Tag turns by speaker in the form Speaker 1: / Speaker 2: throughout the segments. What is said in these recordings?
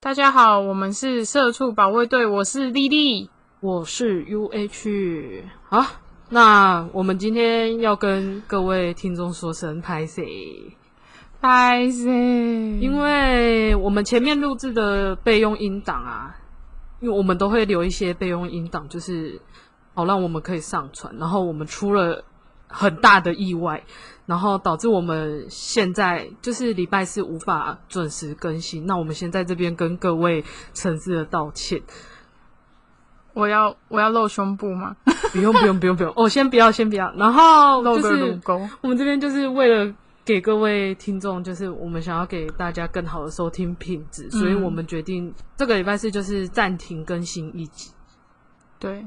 Speaker 1: 大家好，我们是社畜保卫队，我是丽丽。
Speaker 2: 我是 UH 好，那我们今天要跟各位听众说声拍谁，
Speaker 1: 拍谁？因
Speaker 2: 因为我们前面录制的备用音档啊，因为我们都会留一些备用音档，就是好让我们可以上传。然后我们出了很大的意外，然后导致我们现在就是礼拜四无法准时更新。那我们先在这边跟各位诚挚的道歉。
Speaker 1: 我要我要露胸部吗？
Speaker 2: 不用不用不用不用，哦，先不要先不要。然后
Speaker 1: 露
Speaker 2: 就
Speaker 1: 个
Speaker 2: 是
Speaker 1: 乳沟？
Speaker 2: 我们这边就是为了给各位听众，就是我们想要给大家更好的收听品质，所以我们决定这个礼拜四就是暂停更新一集，
Speaker 1: 对。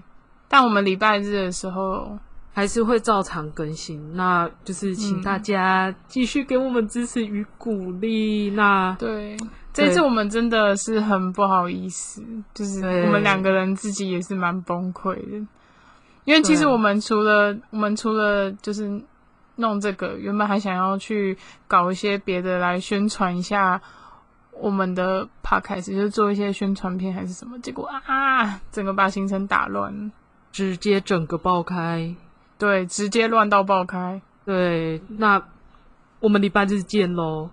Speaker 1: 但我们礼拜日的时候，
Speaker 2: 还是会照常更新。那就是请大家继续给我们支持与鼓励。那
Speaker 1: 对，这次我们真的是很不好意思，就是
Speaker 2: 对
Speaker 1: 我们两个人自己也是蛮崩溃的，因为其实
Speaker 2: 对啊
Speaker 1: 我们除了我们除了就是弄这个，原本还想要去搞一些别的来宣传一下我们的 podcast，就是做一些宣传片还是什么，结果啊，整个把行程打乱了，
Speaker 2: 直接整个爆开，
Speaker 1: 对，直接乱到爆开，
Speaker 2: 对，那我们礼拜日见喽。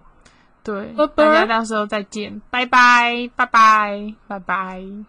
Speaker 1: 对，
Speaker 2: 拜拜
Speaker 1: 大家到时候再见，拜拜，拜拜，拜拜。